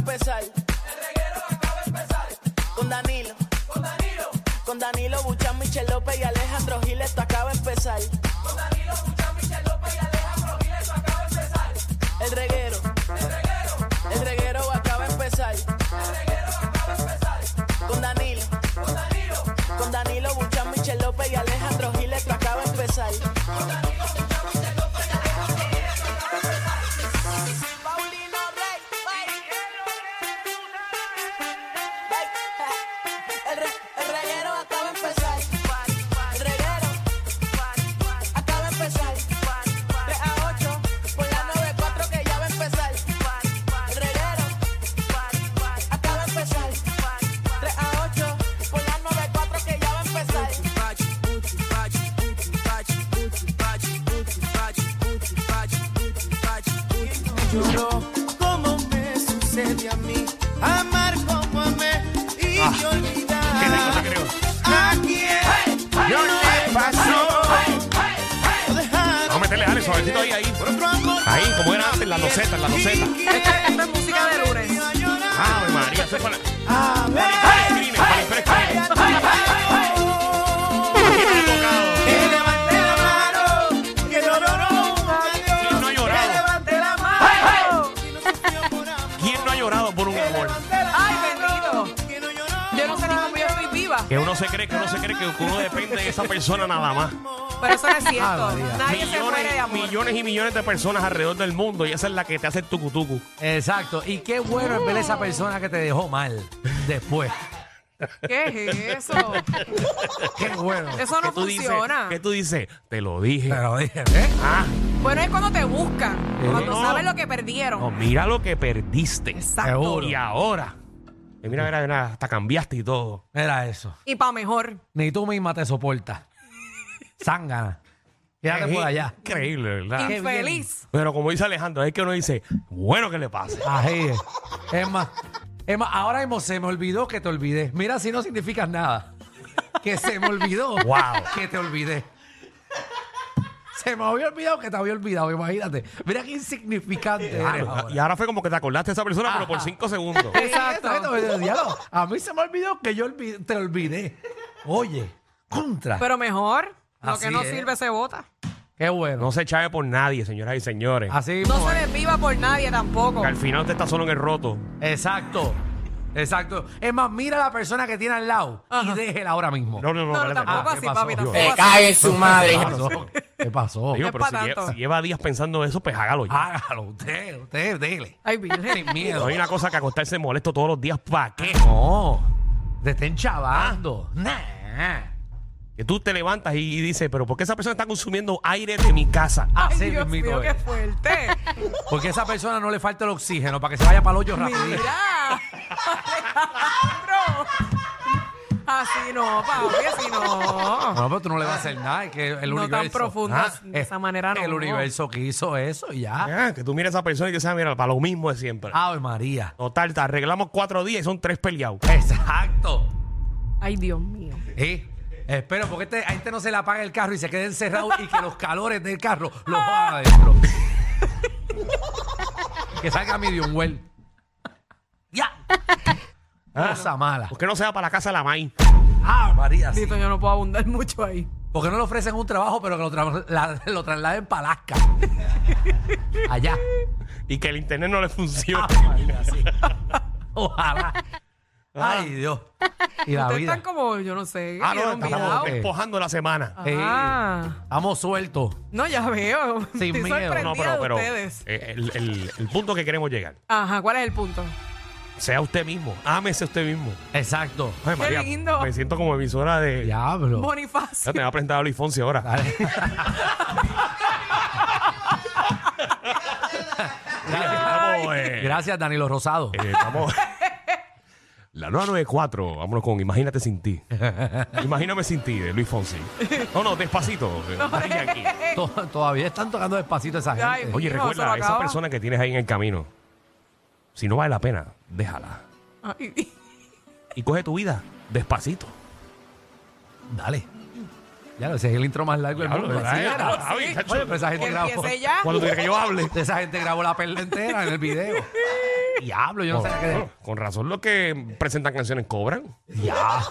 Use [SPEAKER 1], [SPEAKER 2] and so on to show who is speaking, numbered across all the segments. [SPEAKER 1] empezar. El reguero acaba de empezar. Con Danilo. Con Danilo. Con Danilo Buchan, Michel López y Alejandro Gil, esto acaba de empezar. Con Danilo Buchan, Michel López y Alejandro Gil, esto acaba de empezar. El reguero. El reguero. El reguero acaba de empezar. El reguero acaba de empezar. Con Danilo. Con Danilo. Con Danilo Buchan, Michel López y Alejandro Gil, esto acaba de empezar. Paulino Rey, El, re, el reguero acaba de empezar. El reguero acaba de empezar. 3 a 8 por la 94 que ya va a empezar. El reguero acaba de empezar. 3 a 8 por la 94 que ya va a empezar.
[SPEAKER 2] Lloró como me sucede a mí, amar como amé y yo
[SPEAKER 3] Qué rico te
[SPEAKER 2] olvidar
[SPEAKER 3] creo.
[SPEAKER 2] a quien no
[SPEAKER 4] eh.
[SPEAKER 2] le pasó. No dejar
[SPEAKER 3] Vamos a meterle, dale, suavecito ahí, ahí.
[SPEAKER 2] por otro amor
[SPEAKER 3] Ahí, como era antes, la loseta, la loseta.
[SPEAKER 2] Esta, es música de lunes.
[SPEAKER 3] Ave María, eso es para... para
[SPEAKER 2] A
[SPEAKER 3] el
[SPEAKER 2] ver,
[SPEAKER 3] crimen, para el fresco.
[SPEAKER 2] ya te amo.
[SPEAKER 3] Tocado.
[SPEAKER 2] Que levante la mano, que no lloró un adiós.
[SPEAKER 3] ¿Quién no ha
[SPEAKER 2] Que
[SPEAKER 3] llorado?
[SPEAKER 2] levante la mano, que no sufrió por amor.
[SPEAKER 3] ¿Quién no ha llorado por un
[SPEAKER 2] Que
[SPEAKER 3] amor?
[SPEAKER 2] levante la
[SPEAKER 4] Ay,
[SPEAKER 2] mano,
[SPEAKER 4] bendito.
[SPEAKER 2] que no lloró
[SPEAKER 4] Yo no sé ni cómo yo estoy viva.
[SPEAKER 3] Que uno se cree, que uno se cree que uno depende de esa persona nada más.
[SPEAKER 4] Pero eso no es cierto. Nadie se muere de
[SPEAKER 3] Millones,
[SPEAKER 4] amor.
[SPEAKER 3] millones y millones de personas alrededor del mundo y esa es la que te hace el tucutucu.
[SPEAKER 5] Exacto. Y qué bueno es ver esa persona que te dejó mal después.
[SPEAKER 4] ¿Qué es eso?
[SPEAKER 5] Qué bueno.
[SPEAKER 4] Eso no
[SPEAKER 3] ¿Qué tú dices?
[SPEAKER 4] funciona.
[SPEAKER 3] ¿Qué tú dices? Te lo dije.
[SPEAKER 5] Pero dije, ¿eh?
[SPEAKER 3] Ah,
[SPEAKER 4] Bueno, es cuando te buscan, cuando
[SPEAKER 3] Eh, no.
[SPEAKER 4] sabes lo que perdieron.
[SPEAKER 3] no, mira lo que perdiste.
[SPEAKER 4] Exacto.
[SPEAKER 5] Seguro.
[SPEAKER 3] Y ahora. Y mira, mira, mira, hasta cambiaste y todo.
[SPEAKER 5] Era eso.
[SPEAKER 4] Y para mejor.
[SPEAKER 5] Ni tú misma te soportas. Zángana. Quédate
[SPEAKER 3] Es
[SPEAKER 5] por allá.
[SPEAKER 3] Increíble, ¿verdad?
[SPEAKER 5] Qué
[SPEAKER 4] Infeliz.
[SPEAKER 3] Pero como dice Alejandro, es que uno dice, bueno que le pase.
[SPEAKER 5] Ají. es. Es más, es más, ahora mismo se me olvidó que te olvidé. Mira si no significas nada. Que se me olvidó
[SPEAKER 3] Wow.
[SPEAKER 5] que te olvidé. Se me había olvidado que te había olvidado, imagínate. Mira qué insignificante eres
[SPEAKER 3] Claro,
[SPEAKER 5] ahora.
[SPEAKER 3] Y ahora fue como que te acordaste de esa persona, pero por cinco segundos.
[SPEAKER 5] Exacto. Exacto, diablo, A mí se me olvidó que yo olvi- te olvidé. Oye, contra.
[SPEAKER 4] Pero mejor. Lo
[SPEAKER 5] Así
[SPEAKER 4] que no
[SPEAKER 5] es.
[SPEAKER 4] sirve se vota.
[SPEAKER 5] Qué bueno.
[SPEAKER 3] No se chave por nadie, señoras y señores.
[SPEAKER 5] Así
[SPEAKER 4] No
[SPEAKER 5] mismo
[SPEAKER 3] eh.
[SPEAKER 4] se desviva por nadie tampoco.
[SPEAKER 3] Que al final usted está solo en el roto.
[SPEAKER 5] es. Exacto. Exacto. Es más, mira a la persona que tiene al lado
[SPEAKER 4] Ajá.
[SPEAKER 5] y déjela ahora mismo.
[SPEAKER 3] No, no, no.
[SPEAKER 4] No,
[SPEAKER 3] espérate.
[SPEAKER 4] tampoco
[SPEAKER 3] Ah,
[SPEAKER 4] así,
[SPEAKER 3] ¿qué pasó?
[SPEAKER 4] papi, tampoco.
[SPEAKER 3] Digo,
[SPEAKER 4] así.
[SPEAKER 5] Eh, su madre. ¿Qué pasó? ¿Qué pasó?
[SPEAKER 3] digo,
[SPEAKER 4] Es
[SPEAKER 3] pero si,
[SPEAKER 4] pa'
[SPEAKER 3] lle-
[SPEAKER 4] tanto.
[SPEAKER 3] si lleva días pensando eso, pues hágalo ya.
[SPEAKER 5] Hágalo usted, usted, dele.
[SPEAKER 4] Ay, Virgen.
[SPEAKER 5] Sin miedo.
[SPEAKER 3] No hay una cosa que acostarse molesto todos los días. ¿Para qué?
[SPEAKER 5] No. Te estén chavando. Nah.
[SPEAKER 3] Que tú te levantas y, y dices, pero ¿por qué esa persona está consumiendo aire de mi casa?
[SPEAKER 4] Ay,
[SPEAKER 5] Así
[SPEAKER 4] Dios
[SPEAKER 5] mismito
[SPEAKER 4] mío, qué
[SPEAKER 5] es.
[SPEAKER 4] fuerte.
[SPEAKER 5] Porque a esa persona no le falta el oxígeno para que se vaya para el hoyo rápido.
[SPEAKER 4] Mira. Alejandro. Así no, papi, así no.
[SPEAKER 5] No, pero tú no le vas a hacer nada. Es que el
[SPEAKER 4] No tan
[SPEAKER 5] universo. Ah, eh,
[SPEAKER 4] profundo, de esa manera no.
[SPEAKER 5] El universo quiso eso y ya.
[SPEAKER 3] Ah, que tú mires a esa persona y dices, ah, mira, para lo mismo de siempre.
[SPEAKER 5] Ave María.
[SPEAKER 3] Total, te arreglamos cuatro días y son tres peleados.
[SPEAKER 5] Exacto.
[SPEAKER 4] Ay, Dios mío.
[SPEAKER 5] Sí. Espero, porque este, a este no se le apaga el carro y se quede encerrado y que los calores del carro lo jodan adentro. que salga mi un well. Ya. Cosa mala.
[SPEAKER 3] ¿Por qué Pues no se va para la casa de la maíz?
[SPEAKER 5] Ave María. sí.
[SPEAKER 4] Tito, yo no puedo abundar mucho ahí.
[SPEAKER 5] ¿Por qué no le ofrecen un trabajo, pero que lo, tra- la- lo trasladen para Alaska? Allá.
[SPEAKER 3] Y que el internet no le funciona.
[SPEAKER 4] Ah,
[SPEAKER 5] Ave María, sí. Ojalá. Ay, Dios. Ah. Y la
[SPEAKER 4] Ustedes
[SPEAKER 5] vida.
[SPEAKER 4] están como, yo no sé,
[SPEAKER 3] Ah, no,
[SPEAKER 4] vieron
[SPEAKER 3] estamos
[SPEAKER 4] videado.
[SPEAKER 5] eh.
[SPEAKER 3] despojando la semana.
[SPEAKER 5] Sí.
[SPEAKER 4] Ah.
[SPEAKER 5] Estamos sueltos.
[SPEAKER 4] No, ya veo.
[SPEAKER 5] eh, Sin
[SPEAKER 4] Estoy
[SPEAKER 5] miedo.
[SPEAKER 4] sorprendida
[SPEAKER 3] No, pero,
[SPEAKER 4] de
[SPEAKER 3] pero
[SPEAKER 4] ustedes.
[SPEAKER 3] eh, el, el- el punto que queremos llegar.
[SPEAKER 4] Ajá, ¿cuál es el punto?
[SPEAKER 3] Sea usted mismo. Ámese usted mismo.
[SPEAKER 5] Exacto.
[SPEAKER 3] Ay,
[SPEAKER 4] Qué lindo.
[SPEAKER 3] Me siento como emisora de. Ya,
[SPEAKER 5] Diablo.
[SPEAKER 4] Bonifacio.
[SPEAKER 3] te va a presentar a Luis Fonsi ahora.
[SPEAKER 5] Dale.
[SPEAKER 3] Estamos, eh,
[SPEAKER 5] Gracias, Danilo Rosado.
[SPEAKER 3] eh, estamos- La 994, vámonos con Imagínate sin ti. Imagíname sin ti, de Luis Fonsi. No, no, despacito. eh, dale aquí.
[SPEAKER 5] To- Todavía están tocando despacito esa
[SPEAKER 4] Ay,
[SPEAKER 5] gente.
[SPEAKER 3] Oye,
[SPEAKER 4] Hijo, se lo
[SPEAKER 3] recuerda, esa
[SPEAKER 4] acaba.
[SPEAKER 3] persona que tienes ahí en el camino, si no vale la pena, déjala.
[SPEAKER 4] Ay,
[SPEAKER 3] Y coge tu vida despacito.
[SPEAKER 5] Dale. Ya lo sé, es el intro más largo del
[SPEAKER 3] Diablo,
[SPEAKER 5] mundo.
[SPEAKER 3] ¿verdad?
[SPEAKER 5] Así
[SPEAKER 3] Eh,
[SPEAKER 5] era.
[SPEAKER 3] Javi,
[SPEAKER 4] sí.
[SPEAKER 3] chacho,
[SPEAKER 5] Oye, pero esa gente
[SPEAKER 4] Que
[SPEAKER 5] grabó.
[SPEAKER 4] empiece ya.
[SPEAKER 3] Cuando tú quieres que yo hable.
[SPEAKER 5] Esa gente grabó la perla entera en el video. Diablo, yo no sabía que.
[SPEAKER 3] Bueno, con razón los que presentan canciones cobran.
[SPEAKER 5] Ya.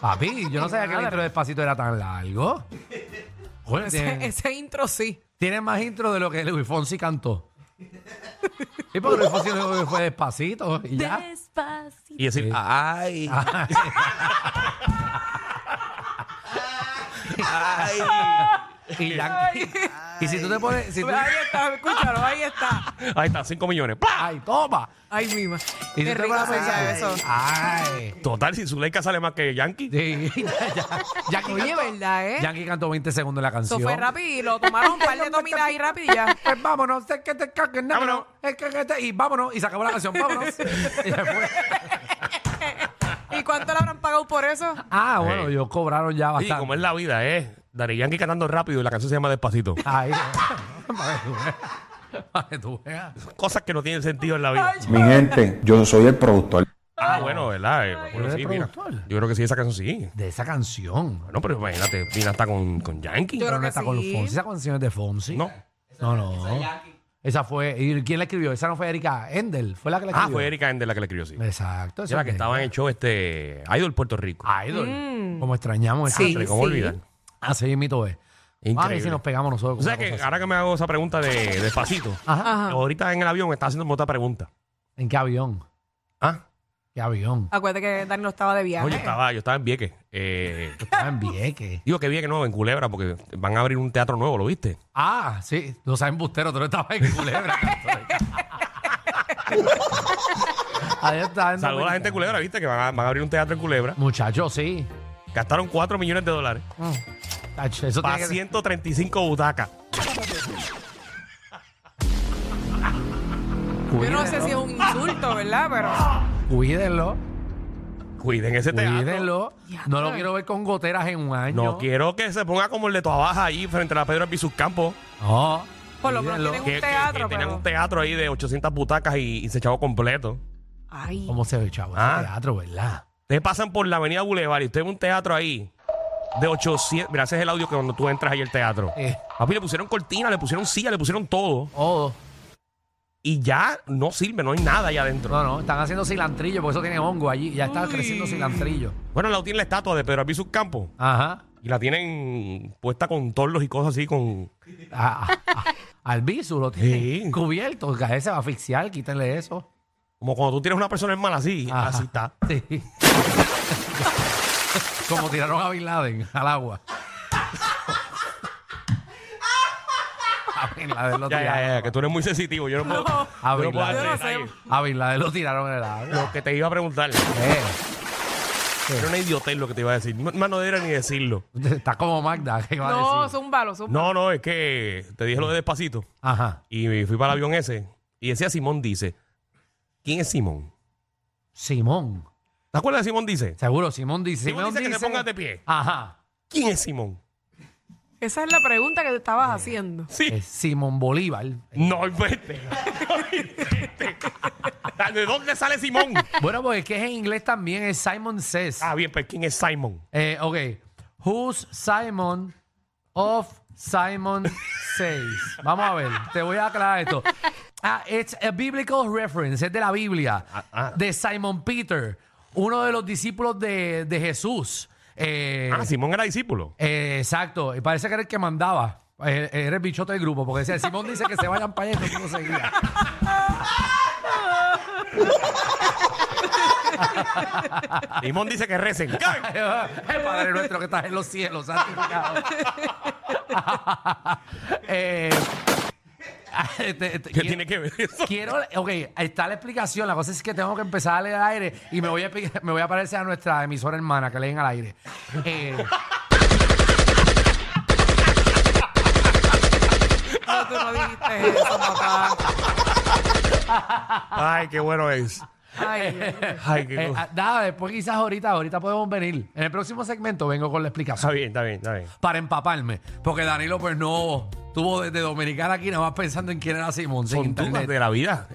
[SPEAKER 5] Papi, yo no sabía que el
[SPEAKER 4] Madre.
[SPEAKER 5] intro de Despacito era tan largo. Joder,
[SPEAKER 4] Ese,
[SPEAKER 5] tiene,
[SPEAKER 4] ese intro sí.
[SPEAKER 5] tiene más intro de lo que Luis Fonsi cantó. Sí, porque Luis Fonsi no fue Despacito y ya.
[SPEAKER 3] Y decir, ah,
[SPEAKER 2] Ay. Ay.
[SPEAKER 5] Y, ya- y si tú te pones... Si tú,
[SPEAKER 4] Ahí está, escúchalo, ahí está.
[SPEAKER 3] ah, ahí está, 5 millones. ¡Pla!
[SPEAKER 5] ¡Ay, toma!
[SPEAKER 4] Ay, mima.
[SPEAKER 5] Y
[SPEAKER 4] Qué
[SPEAKER 5] tú te
[SPEAKER 4] rico
[SPEAKER 5] pones a
[SPEAKER 4] sería
[SPEAKER 5] pensar,
[SPEAKER 4] eso.
[SPEAKER 5] ¡Ay!
[SPEAKER 3] Total, si Zuleika sale más que Yankee.
[SPEAKER 5] Sí, ya- ya- Yankee
[SPEAKER 4] Oye,
[SPEAKER 5] cantó-
[SPEAKER 4] ¿verdad, eh?
[SPEAKER 5] Yankee cantó 20 segundos de la
[SPEAKER 4] Eso
[SPEAKER 5] canción.
[SPEAKER 4] fue rápido y lo tomaron un par de tomitas ahí rapidillas.
[SPEAKER 5] Pues vámonos, es que te caguen,
[SPEAKER 3] Vámonos.
[SPEAKER 5] vámonos, es que que te... Y vámonos, y se acabó la canción, vámonos. Y se fue.
[SPEAKER 4] ¿Y cuánto le habrán pagado por eso?
[SPEAKER 5] Ah, bueno,
[SPEAKER 3] Sí.
[SPEAKER 5] ellos cobraron ya
[SPEAKER 3] Y
[SPEAKER 5] bastante.
[SPEAKER 3] como es la vida, ¿eh? Dari Yankee cantando rápido y la canción se llama Despacito.
[SPEAKER 5] Ahí. Para que tú veas. Para que tú veas.
[SPEAKER 3] Cosas que no tienen sentido en la vida.
[SPEAKER 6] Mi gente, yo soy el productor.
[SPEAKER 3] Ah, bueno, ¿verdad? Eh, bueno,
[SPEAKER 5] ¿Eres
[SPEAKER 3] sí, mira.
[SPEAKER 5] productor?
[SPEAKER 3] Yo creo que sí, esa canción sí.
[SPEAKER 5] De esa canción.
[SPEAKER 3] Bueno, pero imagínate, mira, está con, con Yankee.
[SPEAKER 4] Yo-
[SPEAKER 5] Pero
[SPEAKER 4] creo
[SPEAKER 5] no
[SPEAKER 4] que
[SPEAKER 5] está con los
[SPEAKER 4] sí.
[SPEAKER 5] Fonsi. Esa canción es de Fonsi.
[SPEAKER 3] No.
[SPEAKER 5] No, no. Esa fue. ¿Y quién la escribió? Esa no fue Erika Endel. Fue la que la
[SPEAKER 3] Ah,
[SPEAKER 5] escribió.
[SPEAKER 3] fue Erika Ender la que le escribió, sí.
[SPEAKER 5] Exacto.
[SPEAKER 3] Esa es la que estaba en el show este Idol Puerto Rico.
[SPEAKER 5] Idol. Como extrañamos esa.
[SPEAKER 4] Mm. Sí.
[SPEAKER 3] Entre cómo olvidar.
[SPEAKER 5] Así mito es.
[SPEAKER 3] Ah, Increíble.
[SPEAKER 5] Increíble. si nos pegamos nosotros.
[SPEAKER 3] O
[SPEAKER 5] con
[SPEAKER 3] sea
[SPEAKER 5] una
[SPEAKER 3] que
[SPEAKER 5] cosa así.
[SPEAKER 3] ahora que me hago esa pregunta de despacito,
[SPEAKER 5] Ajá.
[SPEAKER 3] ahorita en el avión me está haciendo otra pregunta.
[SPEAKER 5] ¿En qué avión?
[SPEAKER 3] Ah,
[SPEAKER 5] ¿Qué avión?
[SPEAKER 4] Acuérdate que Dani no estaba de viaje.
[SPEAKER 3] no, yo estaba, yo estaba en Vieques. Eh,
[SPEAKER 5] Ah, en Vieques.
[SPEAKER 3] digo que Vieques no, en Culebra, porque van a abrir un teatro nuevo, ¿lo viste?
[SPEAKER 5] Ah, sí. Lo saben bustero, tú no estabas en Culebra. Ahí está. en
[SPEAKER 3] Saludos a la gente de Culebra, ¿viste? Que van a, van a abrir un teatro en Culebra.
[SPEAKER 5] Muchachos, sí.
[SPEAKER 3] Gastaron 4 millones de dólares Mm.
[SPEAKER 5] Tacho, Eso
[SPEAKER 3] para
[SPEAKER 5] tiene que...
[SPEAKER 3] 135 butacas.
[SPEAKER 4] Yo no sé si es un insulto, ¿verdad? Pero
[SPEAKER 5] Cuídenlo,
[SPEAKER 3] Cuiden ese teatro.
[SPEAKER 5] cuídenlo. No lo quiero ver con goteras en un año.
[SPEAKER 3] No quiero que se ponga como el de Toabaja ahí frente a la Pedro Albizu Campo.
[SPEAKER 5] No.
[SPEAKER 4] por lo menos
[SPEAKER 5] Cuídenlo.
[SPEAKER 4] tienen
[SPEAKER 3] Que,
[SPEAKER 4] un
[SPEAKER 3] que-
[SPEAKER 4] teatro,
[SPEAKER 3] que tenían
[SPEAKER 4] pero.
[SPEAKER 3] un teatro ahí de 800 butacas y, y se echaba completo.
[SPEAKER 4] Ay.
[SPEAKER 5] ¿Cómo se ve, chavo?
[SPEAKER 3] Ah.
[SPEAKER 5] Ese teatro, ¿verdad?
[SPEAKER 3] Ustedes pasan por la avenida Boulevard y usted ve un teatro ahí de 800. Mira, ese es el audio que cuando tú entras ahí al teatro.
[SPEAKER 5] Eh.
[SPEAKER 3] Papi, le pusieron cortina, le pusieron silla, le pusieron todo.
[SPEAKER 5] Oh,
[SPEAKER 3] Y ya no sirve, no hay nada allá adentro.
[SPEAKER 5] no, no. Están haciendo cilantrillo, porque eso tiene hongo allí. Ya está creciendo cilantrillo.
[SPEAKER 3] Bueno, la tiene la estatua de Pedro Albizu Campo.
[SPEAKER 5] Ajá.
[SPEAKER 3] Y la tienen puesta con torlos y cosas así con...
[SPEAKER 5] Ah, ah, ah. Al viso lo tienen
[SPEAKER 3] Sí.
[SPEAKER 5] cubierto. Él se va a asfixiar, quítenle eso.
[SPEAKER 3] Como cuando tú tienes una persona en mala así,
[SPEAKER 5] Ajá.
[SPEAKER 3] así está.
[SPEAKER 5] Sí. Como tiraron a Bin Laden al agua. A Bin Laden lo
[SPEAKER 3] Ya, ya,
[SPEAKER 5] tiraron.
[SPEAKER 3] ya, que tú eres muy sensitivo. Yo no puedo... Ah,
[SPEAKER 5] A
[SPEAKER 3] yo no
[SPEAKER 5] Bin
[SPEAKER 3] puedo dar
[SPEAKER 5] Laden.
[SPEAKER 3] detalles.
[SPEAKER 5] A Bin Laden lo tiraron en el agua.
[SPEAKER 3] Lo que te iba a preguntar.
[SPEAKER 5] Eh,
[SPEAKER 3] Era una idiotez lo que te iba a decir. No, más no debería ni decirlo.
[SPEAKER 5] está como Magda, que iba a
[SPEAKER 4] No,
[SPEAKER 5] decir.
[SPEAKER 4] zúmbalo, zúmbalo.
[SPEAKER 3] No, no, es que te dije lo de despacito.
[SPEAKER 5] Ajá.
[SPEAKER 3] Y me fui para el avión ese. Y decía Simón Dice. ¿Quién es Simón?
[SPEAKER 5] Simón.
[SPEAKER 3] ¿Te acuerdas de Simón Dice?
[SPEAKER 5] Seguro, Simón dice.
[SPEAKER 3] Simón dice que te pongas de pie.
[SPEAKER 5] Ajá.
[SPEAKER 3] ¿Quién es Simón?
[SPEAKER 4] Esa es la pregunta que te estabas haciendo.
[SPEAKER 3] Sí.
[SPEAKER 5] Es Simón Bolívar.
[SPEAKER 3] No, vete. ¿De dónde sale Simón?
[SPEAKER 5] Bueno, pues es que es en inglés también, es Simon Says.
[SPEAKER 3] Ah, bien, pues ¿quién es Simón?
[SPEAKER 5] Eh, ok. Who's Simon of Simon Says? Vamos a ver, te voy a aclarar esto. Ah, it's a biblical reference, es de la Biblia,
[SPEAKER 3] Ah, ah.
[SPEAKER 5] de Simon Peter, uno de los discípulos de, de Jesús. Eh,
[SPEAKER 3] Ah, Simón era discípulo.
[SPEAKER 5] eh, exacto, y parece que era el que mandaba. Eh, Era el bichote del grupo, porque decía, Simón dice que se vayan para allá y todo el mundo seguía.
[SPEAKER 3] Simón dice que recen.
[SPEAKER 5] El Padre nuestro que estás en los cielos, santificado. Eh, este, este,
[SPEAKER 3] ¿Qué
[SPEAKER 5] quiero-
[SPEAKER 3] tiene que ver eso?
[SPEAKER 5] Quiero, ok, ahí está la explicación. La cosa es que tengo que empezar a leer al aire y me voy a, pi- me voy a parecer a nuestra emisora hermana que leen al aire. Eh,
[SPEAKER 4] No, tú no dijiste eso, papá.
[SPEAKER 3] Ay, qué bueno es.
[SPEAKER 4] Ay, Dios.
[SPEAKER 3] Ay, qué
[SPEAKER 5] eh,
[SPEAKER 3] cosa.
[SPEAKER 5] ah, nada, después quizás ahorita, ahorita podemos venir. En el próximo segmento vengo con la
[SPEAKER 3] Está
[SPEAKER 5] explicación
[SPEAKER 3] bien, está bien, está bien.
[SPEAKER 5] para empaparme, porque Danilo pues no tuvo desde Dominicana aquí nada más pensando en quién era Simón. sin
[SPEAKER 3] Son dudas
[SPEAKER 5] internet.
[SPEAKER 3] de la vida.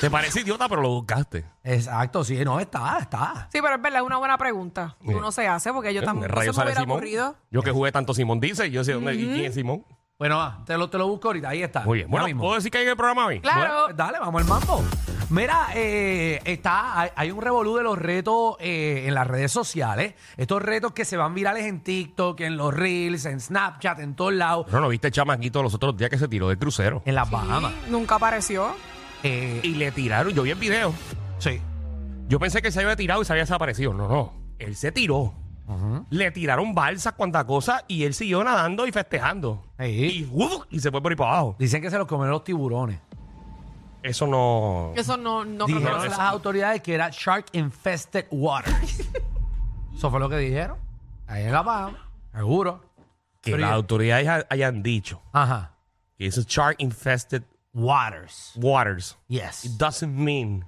[SPEAKER 3] Te parece idiota, pero lo buscaste.
[SPEAKER 5] Exacto, sí, no, está, está.
[SPEAKER 4] Sí, pero es verdad, es una buena pregunta. Uno se hace porque yo
[SPEAKER 3] ¿Dónde
[SPEAKER 4] también.
[SPEAKER 3] rayos
[SPEAKER 4] Eso me
[SPEAKER 3] sale
[SPEAKER 4] hubiera
[SPEAKER 3] Simón?
[SPEAKER 4] ocurrido.
[SPEAKER 3] Yo que jugué tanto Simón dice, yo sé dónde y quién es Simón.
[SPEAKER 5] Bueno, va, te lo, te lo busco ahorita. Ahí está.
[SPEAKER 3] Muy bien.
[SPEAKER 5] Ya
[SPEAKER 3] Bueno, pues,
[SPEAKER 5] mismo.
[SPEAKER 3] ¿puedo decir que hay en el programa hoy?
[SPEAKER 4] pues. Claro.
[SPEAKER 5] Bueno, pues dale, vamos al mambo. Mira, eh, está, hay, hay un revolú de los retos eh, en las redes sociales. Estos retos que se van virales en TikTok, en los Reels, en Snapchat, en todos lados,
[SPEAKER 3] No, no, viste el chamaquito los otros días que se tiró del crucero.
[SPEAKER 5] en las Bahamas.
[SPEAKER 4] Nunca apareció.
[SPEAKER 5] Eh,
[SPEAKER 3] Y le tiraron, yo vi el video.
[SPEAKER 5] sí.
[SPEAKER 3] Yo pensé que él se había tirado y se había desaparecido. No, no. Él se tiró. Le tiraron balsas, cuanta cosa, y él siguió nadando y festejando.
[SPEAKER 5] Ey.
[SPEAKER 3] Y, ¡uf! y se fue por ahí para abajo.
[SPEAKER 5] Dicen que se los comieron los tiburones.
[SPEAKER 3] Eso no.
[SPEAKER 4] Eso no, no creo que
[SPEAKER 5] Dijeron
[SPEAKER 4] lo
[SPEAKER 5] las
[SPEAKER 4] sea.
[SPEAKER 5] autoridades que era shark infested water. Eso fue lo que dijeron. Ahí en la Bahama, seguro.
[SPEAKER 3] que
[SPEAKER 5] Pero
[SPEAKER 3] las
[SPEAKER 5] ya-
[SPEAKER 3] autoridades ha- hayan dicho
[SPEAKER 5] Ajá.
[SPEAKER 3] que es shark infested
[SPEAKER 5] Waters.
[SPEAKER 3] waters. It
[SPEAKER 5] Yes.
[SPEAKER 3] doesn't mean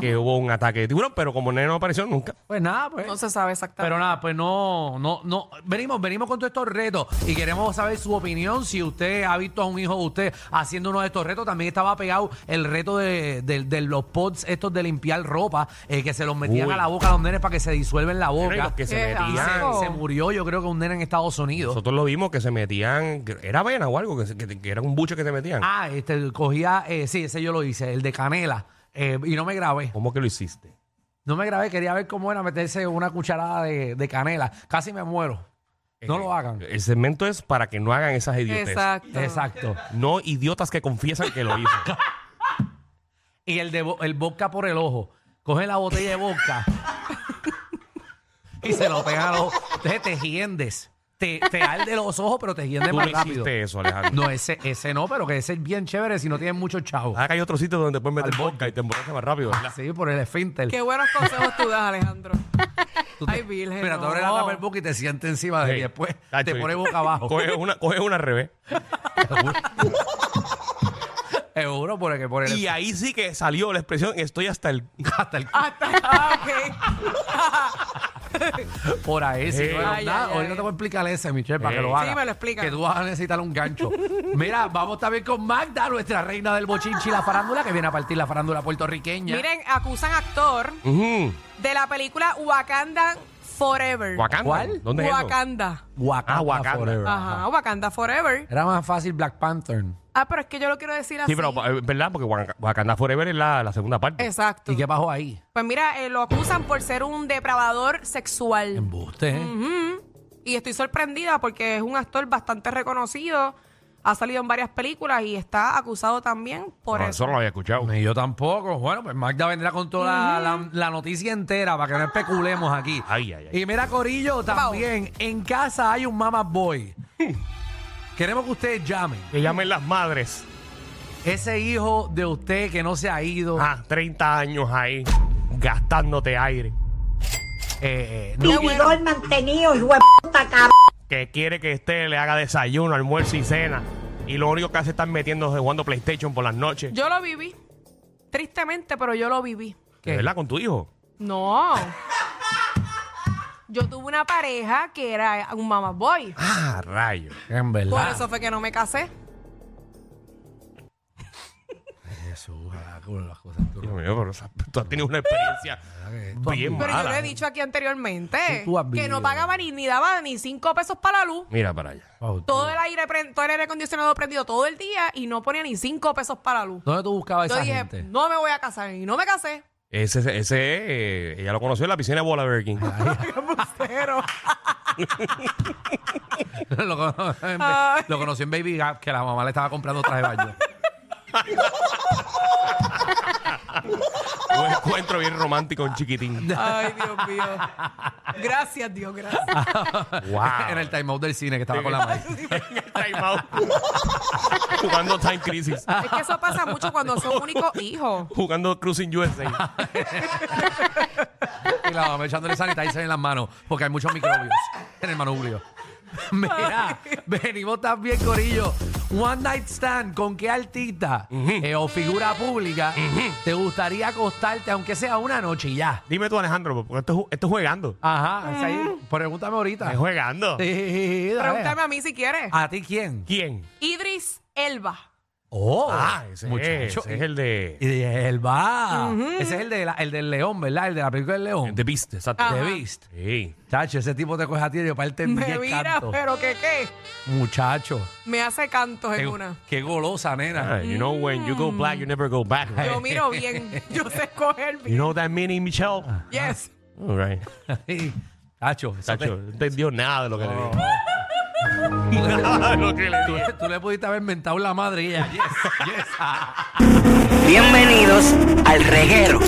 [SPEAKER 3] que hubo un ataque de tiburón, pero como no apareció nunca.
[SPEAKER 5] Pues nada, pues.
[SPEAKER 4] No se sabe exactamente.
[SPEAKER 5] Pero nada, pues no, no, no. Venimos, venimos con todos estos retos y queremos saber su opinión. Si usted ha visto a un hijo de usted haciendo uno de estos retos, también estaba pegado el reto de, de- de los pods estos de limpiar ropa, eh, que se los metían
[SPEAKER 3] Uy.
[SPEAKER 5] a la boca a los nenes para que se disuelven la
[SPEAKER 3] Pero y los
[SPEAKER 5] boca.
[SPEAKER 3] que se
[SPEAKER 4] Qué
[SPEAKER 5] Y
[SPEAKER 3] metían.
[SPEAKER 4] asco.
[SPEAKER 5] se, se murió, yo creo que un nene en Estados Unidos.
[SPEAKER 3] Nosotros lo vimos que se metían. que Era vena o algo, que, se- que- que era un buche que se metían.
[SPEAKER 5] Ah, este, cogía, eh, sí, ese yo lo hice, el de canela. eh, y no me grabé.
[SPEAKER 3] ¿Cómo que lo hiciste?
[SPEAKER 5] No me grabé, quería ver cómo era meterse una cucharada de, de canela. Casi me muero. No
[SPEAKER 3] Eh,
[SPEAKER 5] lo hagan.
[SPEAKER 3] El segmento es para que no hagan esas idioteces.
[SPEAKER 4] Exacto.
[SPEAKER 5] Exacto.
[SPEAKER 3] No idiotas que confiesan que lo hizo.
[SPEAKER 5] Y el de bo- el vodka por el ojo. Coge la botella de vodka y se lo pega al ojo. Entonces te hiendes. Te, te arde los ojos, pero te hiendes
[SPEAKER 3] Tú
[SPEAKER 5] más
[SPEAKER 3] no
[SPEAKER 5] rápido.
[SPEAKER 3] hiciste eso, Alejandro.
[SPEAKER 5] No, ese, ese no, pero que ese es bien chévere si no tienes mucho chavo.
[SPEAKER 3] Acá Ah, hay otro sitio donde puedes meter
[SPEAKER 5] Al Ah,
[SPEAKER 3] vodka y te emborrachas más rápido. ¿verdad?
[SPEAKER 5] Sí, por el esfínter.
[SPEAKER 4] Qué buenos consejos tú das, Alejandro.
[SPEAKER 5] Tú te-
[SPEAKER 4] Ay, virgen,
[SPEAKER 5] Mira, tú
[SPEAKER 4] no.
[SPEAKER 5] abres la tapa del boca y te sientes encima de él y
[SPEAKER 3] Sí.
[SPEAKER 5] después
[SPEAKER 3] Tacho,
[SPEAKER 5] te
[SPEAKER 3] y-
[SPEAKER 5] pones boca abajo.
[SPEAKER 3] Coges una, coges una al revés.
[SPEAKER 5] Seguro, porque por el
[SPEAKER 3] Y ahí sí que salió la expresión, estoy hasta el...
[SPEAKER 5] hasta el
[SPEAKER 4] Hasta, ah, ok.
[SPEAKER 5] por ahí. Si
[SPEAKER 3] Eh.
[SPEAKER 5] no era
[SPEAKER 4] Ay,
[SPEAKER 5] nada,
[SPEAKER 4] ay,
[SPEAKER 5] ahorita
[SPEAKER 4] ay.
[SPEAKER 5] te voy a explicar ese, Michelle, para que
[SPEAKER 3] Eh.
[SPEAKER 5] lo hagas.
[SPEAKER 4] Sí, me lo explica.
[SPEAKER 5] Que tú vas a necesitar un gancho. Mira, vamos también con Magda, nuestra reina del bochinchi y la farándula, que viene a partir la farándula puertorriqueña.
[SPEAKER 4] Miren, acusan actor
[SPEAKER 3] Ujú.
[SPEAKER 4] de la película Wakanda Forever.
[SPEAKER 3] ¿Wakanda?
[SPEAKER 5] ¿Cuál?
[SPEAKER 3] ¿Dónde es eso?
[SPEAKER 4] Wakanda.
[SPEAKER 5] Wakanda
[SPEAKER 3] Ah, Wakanda.
[SPEAKER 5] Forever.
[SPEAKER 4] Ajá, Wakanda Forever.
[SPEAKER 5] Era más fácil Black Panther.
[SPEAKER 4] Ah, pero es que yo lo quiero decir así.
[SPEAKER 3] Sí, pero eh, ¿verdad? Porque Wak- Wakanda Forever es la, la segunda parte.
[SPEAKER 4] Exacto.
[SPEAKER 5] ¿Y qué pasó ahí?
[SPEAKER 4] Pues mira, eh, lo acusan por ser un depravador sexual.
[SPEAKER 5] Embuste. ¿eh?
[SPEAKER 4] Y estoy sorprendida porque es un actor bastante reconocido. Ha salido en varias películas y está acusado también por
[SPEAKER 3] No,
[SPEAKER 4] eso.
[SPEAKER 3] eso no lo había escuchado.
[SPEAKER 5] Ni yo tampoco. Bueno, pues Magda vendrá con toda la, la- la noticia entera para que no especulemos aquí.
[SPEAKER 3] Ay, ay, ay.
[SPEAKER 5] Y mira, Corillo, también en casa hay un mama boy. Queremos que ustedes llamen.
[SPEAKER 3] Que llamen las madres.
[SPEAKER 5] Ese hijo de usted que no se ha ido,
[SPEAKER 3] Ah, 30 años ahí, gastándote aire.
[SPEAKER 5] eh, no-
[SPEAKER 7] Vividor mantenido, hijo de puta, cabrón.
[SPEAKER 3] Que quiere que esté, le haga desayuno, almuerzo y cena. Y lo único que hace es estar metiéndose jugando PlayStation por las noches.
[SPEAKER 4] Yo lo viví. Tristemente, pero yo lo viví.
[SPEAKER 5] ¿Qué?
[SPEAKER 3] ¿Verdad? Con tu hijo.
[SPEAKER 4] No. Yo tuve una pareja que era un mama boy.
[SPEAKER 3] Ah, rayo.
[SPEAKER 5] en verdad.
[SPEAKER 4] Por eso fue que no me casé.
[SPEAKER 5] Jesús, ah, con las cosas que uno-
[SPEAKER 3] Dios mío, pero esa- tú has tenido una experiencia bien
[SPEAKER 4] Pero yo
[SPEAKER 3] mala.
[SPEAKER 4] lo he dicho aquí
[SPEAKER 5] Sí,
[SPEAKER 4] anteriormente
[SPEAKER 5] tú has
[SPEAKER 4] que
[SPEAKER 5] vivido.
[SPEAKER 4] no pagaba ni, ni daba ni cinco pesos para la luz.
[SPEAKER 3] Mira para allá.
[SPEAKER 5] Wow, tú-
[SPEAKER 4] Todo el aire pre- todo el aire acondicionado prendido todo el día y no ponía ni cinco pesos para la luz.
[SPEAKER 5] ¿Dónde tú buscabas
[SPEAKER 4] Yo
[SPEAKER 5] esa
[SPEAKER 4] dije,
[SPEAKER 5] gente?
[SPEAKER 4] no me voy a casar y no me casé.
[SPEAKER 3] Ese, ese, eh, ella lo conoció en la piscina de Bola Birkin.
[SPEAKER 4] Pero
[SPEAKER 5] lo, cono- en-
[SPEAKER 4] Ay.
[SPEAKER 5] lo conocí en Baby Gap, que la mamá le estaba comprando traje de baño.
[SPEAKER 3] Un encuentro bien romántico, un chiquitín.
[SPEAKER 4] Ay, Dios mío. Gracias, Dios, gracias.
[SPEAKER 3] Wow.
[SPEAKER 5] en el timeout del cine que estaba con la madre.
[SPEAKER 3] En el timeout. Jugando Time Crisis.
[SPEAKER 5] Ah.
[SPEAKER 4] Es que eso pasa mucho cuando son únicos hijos.
[SPEAKER 3] Jugando Cruising
[SPEAKER 5] Ah.
[SPEAKER 3] USA.
[SPEAKER 5] Y la mamá echándole sanitizer en las manos, porque hay muchos microbios en el manubrio. Mira, venimos también, Corillo. One Night Stand, ¿con qué artista eh, o figura pública te gustaría acostarte, aunque sea una noche y ya?
[SPEAKER 3] Dime tú, Alejandro, porque esto, es ju- esto es jugando.
[SPEAKER 5] Ajá, esa ahí, pregúntame ahorita.
[SPEAKER 3] Es jugando.
[SPEAKER 5] Ah. Sí, dale.
[SPEAKER 4] Pregúntame a mí si quieres.
[SPEAKER 5] ¿A ti quién?
[SPEAKER 3] ¿Quién?
[SPEAKER 4] Idris Elba.
[SPEAKER 5] Oh,
[SPEAKER 3] Ah, ese, es,
[SPEAKER 5] muchacho.
[SPEAKER 3] ese es el de,
[SPEAKER 5] Y de el va. Ese es el, de la- el del león, ¿verdad? El de la película del león.
[SPEAKER 3] de Beast, exacto.
[SPEAKER 5] The Beast.
[SPEAKER 3] Sí.
[SPEAKER 5] Chacho, ese tipo te coge a ti y parte en
[SPEAKER 4] Me
[SPEAKER 5] 10
[SPEAKER 4] mira,
[SPEAKER 5] cantos.
[SPEAKER 4] pero que qué.
[SPEAKER 5] Muchacho.
[SPEAKER 4] Me hace cantos
[SPEAKER 5] Qué,
[SPEAKER 4] en una.
[SPEAKER 5] qué golosa, nena.
[SPEAKER 3] Ah, you know when you go
[SPEAKER 5] Mm.
[SPEAKER 3] black, you never go back. right?
[SPEAKER 4] Yo miro bien. Yo sé escoger
[SPEAKER 3] You
[SPEAKER 4] bien.
[SPEAKER 3] know that meaning, Michelle?
[SPEAKER 4] Yes.
[SPEAKER 3] All right.
[SPEAKER 5] Chacho, Ah. eso te-
[SPEAKER 3] Chacho, no entendió nada de lo que le dije. Nada de lo que le
[SPEAKER 5] tú,
[SPEAKER 3] dije.
[SPEAKER 5] tú le pudiste haber inventado la madre y ella, yes, yes.
[SPEAKER 1] Bienvenidos al reguero.